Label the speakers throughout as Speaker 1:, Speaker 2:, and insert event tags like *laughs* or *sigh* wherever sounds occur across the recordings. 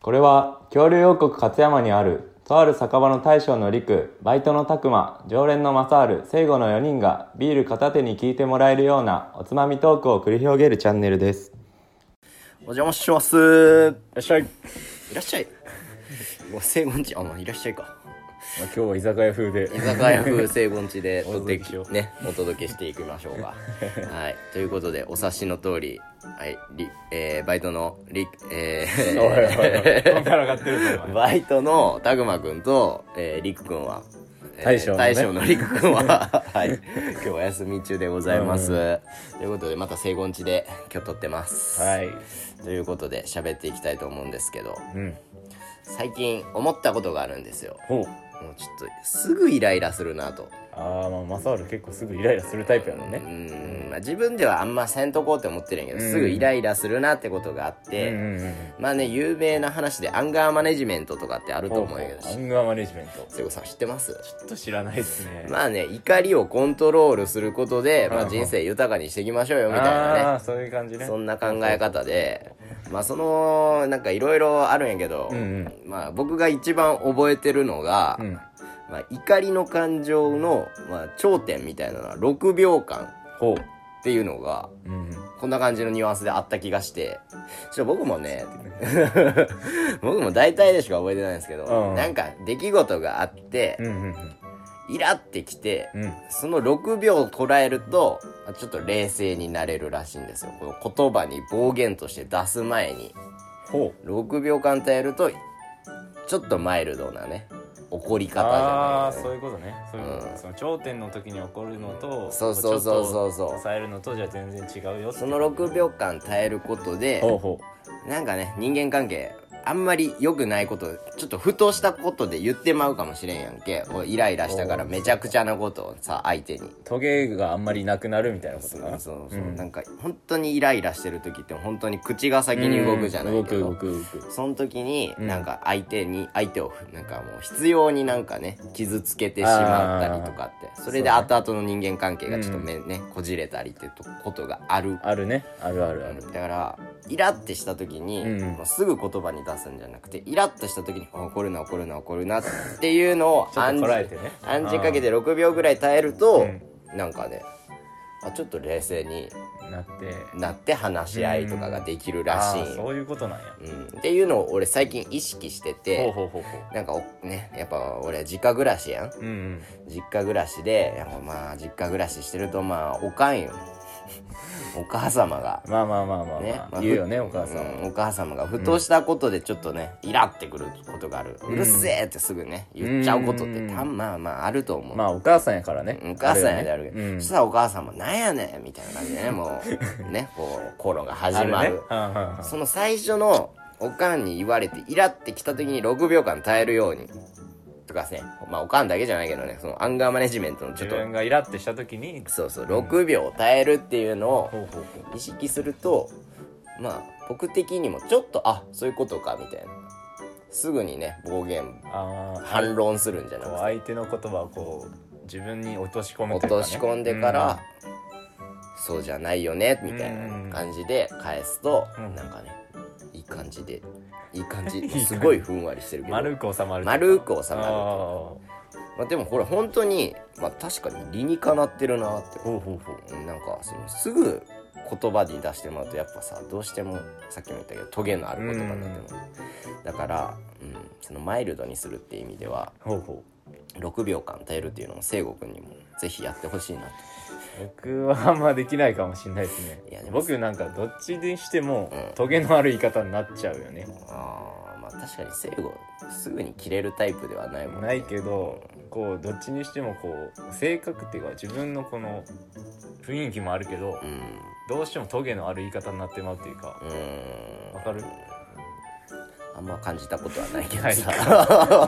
Speaker 1: これは恐竜王国勝山にあるとある酒場の大将の陸バイトの拓磨常連の正ル聖護の4人がビール片手に聞いてもらえるようなおつまみトークを繰り広げるチャンネルです
Speaker 2: お邪魔します。
Speaker 3: いらっしゃい、
Speaker 2: いらっしゃい。もう聖言地、あ、まあ、いらっしゃいか。
Speaker 3: まあ、今日は居酒屋風で
Speaker 2: 居酒屋風聖言地で撮って
Speaker 3: お届
Speaker 2: *laughs*
Speaker 3: けしよう
Speaker 2: ね、お届けしていきましょうか。はい、ということで、お察しの通り、はい、り、えー、バイトの、り、え
Speaker 3: *laughs* おいおいおいおい
Speaker 2: ー、
Speaker 3: からかってるぞお前
Speaker 2: *laughs* バイトのたぐまくんと、えー、りくくんは、えー
Speaker 3: 大将のね
Speaker 2: 大将のりくく
Speaker 3: *laughs*
Speaker 2: んは、はい、今日お休み中でございます。ということで、また聖言地で今日撮ってます。
Speaker 3: はい
Speaker 2: ということで、喋っていきたいと思うんですけど、
Speaker 3: うん
Speaker 2: 最近思ったことがあるんですよ
Speaker 3: ほう
Speaker 2: もうちょっとすぐイライラするなと
Speaker 3: ああまあマサール結構すぐイライラするタイプやの
Speaker 2: う
Speaker 3: ね
Speaker 2: ん、まあ、自分ではあんませんとこうって思ってるんやけど、
Speaker 3: うん
Speaker 2: すぐイライラするなってことがあっ
Speaker 3: うん
Speaker 2: て、
Speaker 3: うんうん
Speaker 2: まあね有名な話でアンガーマネジメントとかってあると
Speaker 3: ほう
Speaker 2: 思
Speaker 3: ほ
Speaker 2: うん
Speaker 3: う
Speaker 2: やけど
Speaker 3: アンガーマネジメント
Speaker 2: 聖子さん知ってます
Speaker 3: ちょっと知らないっすね
Speaker 2: まあね怒りをコントロールすることで、ま
Speaker 3: うん
Speaker 2: あ、
Speaker 3: うん
Speaker 2: 人生豊かにしていきましょうよみたい
Speaker 3: あ
Speaker 2: な
Speaker 3: あーそういう感じ
Speaker 2: ね
Speaker 3: ね
Speaker 2: そんな考え方でまあそのなんかいろいろあるんやけど、
Speaker 3: うんうん
Speaker 2: まあ僕が一番覚えてるのが、
Speaker 3: うん
Speaker 2: まあ、怒りの感情の、まあ、頂点みたいなのは6秒間
Speaker 3: ほ
Speaker 2: っていうのが
Speaker 3: ううんうん
Speaker 2: こんな感じのニュアンスであった気がしてちょ僕もね *laughs* 僕も大体でしか覚えてないんですけど、
Speaker 3: うん
Speaker 2: なんか出来事があって、
Speaker 3: うんうん
Speaker 2: イラってきて、
Speaker 3: うん
Speaker 2: その6秒を捉えるとまあちょっと冷静になれるらしいんですよこの言葉に暴言として出す前に
Speaker 3: ほう
Speaker 2: 6秒間耐えるとちょっとマイルドなね怒り方じゃない
Speaker 3: ああ
Speaker 2: ですか
Speaker 3: そういうことねそういうこと
Speaker 2: うん
Speaker 3: その頂点の時に起こるのと
Speaker 2: そうそうそうそうそう
Speaker 3: こちょっと抑えるのとじゃ全然違うよって
Speaker 2: その6秒間耐えることで
Speaker 3: ほうほ
Speaker 2: なんかね人間関係あんまり良くないことちょっとふとしたことで言ってまうかもしれんやんけおいイライラしたからめちゃくちゃなことをさ相手に
Speaker 3: うトゲがあんまりなくなるみたいなことかな
Speaker 2: そうそう、
Speaker 3: ん
Speaker 2: なんか本当にイライラしてる時って本当に口が先に動くじゃないけ
Speaker 3: う
Speaker 2: ど
Speaker 3: ん動く動く動く
Speaker 2: その時に
Speaker 3: ん
Speaker 2: なんか相手に相手をなんかもう必要になんかね傷つけてしまったりとかってそれで
Speaker 3: そうね
Speaker 2: 後々の人間関係がちょっとめ、ねこじれたりってことがある
Speaker 3: あるねあるあるある
Speaker 2: だからイラってした時に、
Speaker 3: うん
Speaker 2: もうすぐ言葉に出すんじゃなくてイラっとした時にあ怒るな怒るな怒るなっていうのを
Speaker 3: *laughs* ちょっとこらえてね
Speaker 2: 暗示暗示かけて6秒ぐらい耐えると、
Speaker 3: う
Speaker 2: なんかねあちょっと冷静に
Speaker 3: なって
Speaker 2: なって話し合いとかができるらしい
Speaker 3: あ、ーそういうことなんや
Speaker 2: うん、っていうのを俺最近意識して
Speaker 3: ほう
Speaker 2: て
Speaker 3: ほうほうほう
Speaker 2: なんかおねやっぱ俺実家暮らしやん
Speaker 3: うんうん
Speaker 2: 実家暮らしでやっぱまあ実家暮らししてるとまあおかんよ *laughs* お母様が
Speaker 3: まあまあまあまあ、
Speaker 2: ね
Speaker 3: ま
Speaker 2: ま
Speaker 3: あ、
Speaker 2: あ
Speaker 3: 言うよねお母さん
Speaker 2: うん
Speaker 3: は
Speaker 2: お母様がふとしたことでちょっとね、イラってくることがある、うるせえってすぐね言っちゃうことっ
Speaker 3: う
Speaker 2: て
Speaker 3: ん
Speaker 2: たまあまああると思う、
Speaker 3: まあお母さんやからね
Speaker 2: お母さんやであ
Speaker 3: あ
Speaker 2: る
Speaker 3: れ
Speaker 2: け
Speaker 3: よ
Speaker 2: ど、
Speaker 3: ねうん
Speaker 2: そしたらお母さんも「なんやねん」みたいな感じでねも
Speaker 3: *laughs*
Speaker 2: うねこう口論が始まる
Speaker 3: あるねうんうんうん
Speaker 2: その最初のおかんに言われてイラってきた時に6秒間耐えるようにとかねまあおかんだけじゃないけどねそのアンガーマネジメントのち
Speaker 3: 自
Speaker 2: ょっと
Speaker 3: 分がイラってした時に
Speaker 2: そうそう6秒耐えるっていうのを
Speaker 3: ほうほうほ
Speaker 2: 意識するとまあ僕的にもちょっとあそういうことかみたいなすぐにね暴言
Speaker 3: うあ
Speaker 2: 反論するんじゃ
Speaker 3: あ
Speaker 2: な
Speaker 3: こう
Speaker 2: く
Speaker 3: 相手の言葉をこう自分に落とし込むと
Speaker 2: て
Speaker 3: いうかね
Speaker 2: 落とし込んでから、そうじゃないよねみたいな感じで返すと、
Speaker 3: うん
Speaker 2: なんかねいい感じでいい感
Speaker 3: *laughs*
Speaker 2: じ
Speaker 3: いい感じ
Speaker 2: すごいふんわりしてる
Speaker 3: う
Speaker 2: け
Speaker 3: ん
Speaker 2: ど
Speaker 3: 丸く収まる
Speaker 2: 丸く
Speaker 3: 収
Speaker 2: 収まるとまあ、でもこれ本当にまあ確かに理にかなってるなって
Speaker 3: ほうほうほう
Speaker 2: うんなんかそのすぐ言葉に出してもらうとやっぱさどうしてもさっきも言ったけどトゲのある言葉になってもだから、うん、そのマイルドにするって意味では
Speaker 3: ほうほう
Speaker 2: 6秒間耐えるっていうのを聖悟くんにもぜひやってほしいなと
Speaker 3: 僕はあんまできないかもしれないですね
Speaker 2: いやでも
Speaker 3: 僕なんかどっちにしても、
Speaker 2: うん
Speaker 3: トゲのある言い方になっちゃうよね
Speaker 2: あーまあ確かに聖悟すぐに切れるタイプではないもんね
Speaker 3: ないけどこうどっちにしてもこう性格っていうか自分のこの雰囲気もあるけど
Speaker 2: うんう
Speaker 3: どうしてもトゲのある言い方になってまうっていうか
Speaker 2: ーん
Speaker 3: わか
Speaker 2: *laughs*
Speaker 3: る
Speaker 2: あんま感じたことはないけど
Speaker 3: ない
Speaker 2: さ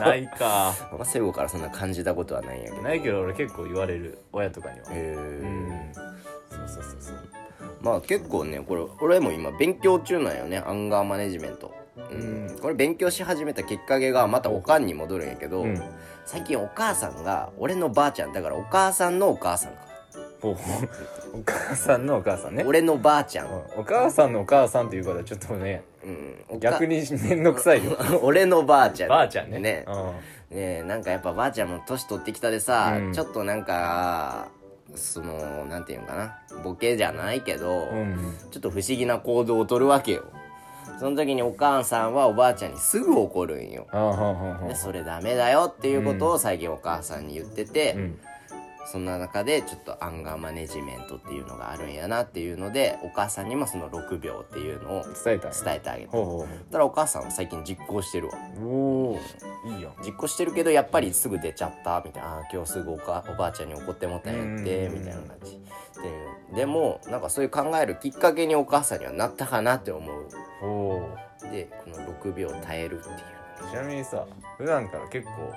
Speaker 3: ないか
Speaker 2: あ *laughs* んま聖悟からそんな感じたことはないんやけど
Speaker 3: ないけど俺結構言われる親とかには
Speaker 2: へ
Speaker 3: う
Speaker 2: え
Speaker 3: んそうそうそうそう
Speaker 2: まあ結構ねこれ俺も今勉強中なんよねアンガーマネジメント、うん
Speaker 3: うん
Speaker 2: これ勉強し始めたきっかけがまたおかんに戻るんやけど、
Speaker 3: うん
Speaker 2: 最近お母さんが俺のばあちゃんだからお母さんのお母さんか
Speaker 3: こうお母さんのお母さんね
Speaker 2: 俺のばあちゃ、
Speaker 3: うんんお母さんのお母さんということはちょっとね
Speaker 2: うん、おか
Speaker 3: 逆に面倒くさいよ
Speaker 2: *laughs* 俺のばあちゃん
Speaker 3: ばあちゃんね
Speaker 2: ね
Speaker 3: う
Speaker 2: ねえなんかやっぱばあちゃんも年取ってきたでさ、
Speaker 3: うん
Speaker 2: ちょっとなんかそのなんていうのかなボケじゃないけど、
Speaker 3: ん、うん
Speaker 2: ちょっと不思議な行動をとるわけよその時にお母さんはおばあちゃんにすぐ怒るんよ
Speaker 3: ああはあはあは
Speaker 2: でそれダメだよっていうことを最近お母さんに言ってて、
Speaker 3: あうん
Speaker 2: そんな中でちょっとアンガーマネジメントっていうのがあるんやなっていうのでお母さんにもその6秒っていうのを
Speaker 3: 伝えたい
Speaker 2: 伝えてあげた
Speaker 3: ほう
Speaker 2: そし
Speaker 3: ほ
Speaker 2: たらお母さんは最近実行してるわ
Speaker 3: うおおーいいやん
Speaker 2: 実行してるけどやっぱりすぐ出ちゃったみたいなあー今日すぐおかおばあちゃんに怒ってもったんやって
Speaker 3: うん
Speaker 2: みたいな感じででもなんかそういう考えるきっかけにお母さんにはなったかなって思う
Speaker 3: おお
Speaker 2: でこの6秒耐えるっていう
Speaker 3: ちなみにさ普段から結構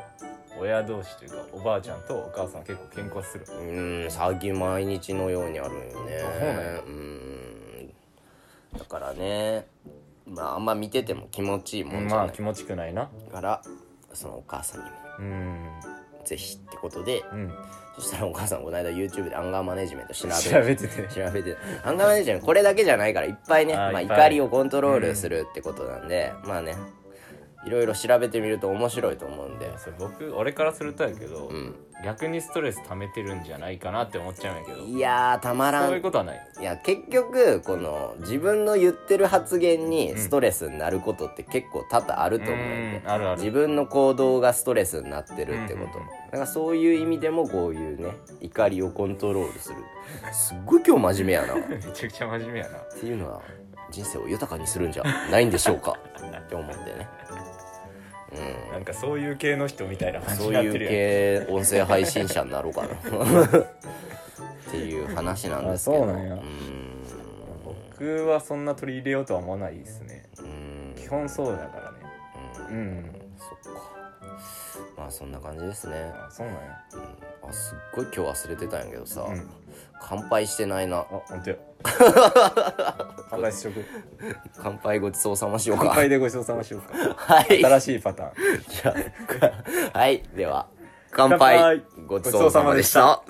Speaker 3: 親同士というかおばあちゃんとお母さん結構喧嘩する
Speaker 2: うーん最近毎日のようにあるんよね
Speaker 3: そうなんや
Speaker 2: うーんだからねまああんま見てても気持ちいいもんじゃ
Speaker 3: ま
Speaker 2: な
Speaker 3: あ
Speaker 2: い
Speaker 3: 気持ちくないな
Speaker 2: からそのお母さんにも
Speaker 3: うん
Speaker 2: ぜひってことで
Speaker 3: うん
Speaker 2: そしたらお母さんこの間 YouTube でアンガーマネジメント調べ
Speaker 3: 調べてて
Speaker 2: 調べてアンガーマネジメントこれだけじゃないからいっぱいね
Speaker 3: あー
Speaker 2: まあ、
Speaker 3: いっぱい
Speaker 2: 怒りをコントロールするってことなんで、まあねいろいろ調べてみると面白いと思うんで
Speaker 3: それ僕俺からするとやけど、
Speaker 2: うん
Speaker 3: 逆にストレス溜めてるんじゃないかなって思っちゃうんやけど
Speaker 2: いやーたまら
Speaker 3: そういうんことはない
Speaker 2: いや結局この自分の言ってる発言にストレスになることって結構多々あると思うんで
Speaker 3: うんあるある
Speaker 2: 自分の行動がストレスになってるってこと
Speaker 3: うんうんうん
Speaker 2: だからそういう意味でもこういうね怒りをコントロールするすっごい今日真面目やなっ
Speaker 3: めちゃくちゃ真面目やな
Speaker 2: ていうのは人生を豊かにするんじゃないんでしょうかって思ってねうん
Speaker 3: なんかそういう系の人みたいな感じに
Speaker 2: そう
Speaker 3: なってるやん
Speaker 2: いう系音声配信者になろうかな *laughs* っていう話なんですけど
Speaker 3: あそうなんや僕はそんな取り入れようとは思わないですね
Speaker 2: うんうん
Speaker 3: 基本そうだからね
Speaker 2: うん
Speaker 3: うん
Speaker 2: そっかまあそんな感じですね、
Speaker 3: あそうなんや
Speaker 2: うん、あすっごい今日忘れてたんやけどさ、
Speaker 3: うん
Speaker 2: 乾杯してないな
Speaker 3: あ本当 *laughs* や乾杯しとく
Speaker 2: 乾杯ごちそうさましよう
Speaker 3: 乾
Speaker 2: か
Speaker 3: 杯でごちそうさましようか
Speaker 2: *laughs* はい
Speaker 3: 新しいパターン
Speaker 2: *laughs* じゃあはいでは乾杯
Speaker 3: 乾杯
Speaker 2: ごちそうさまでした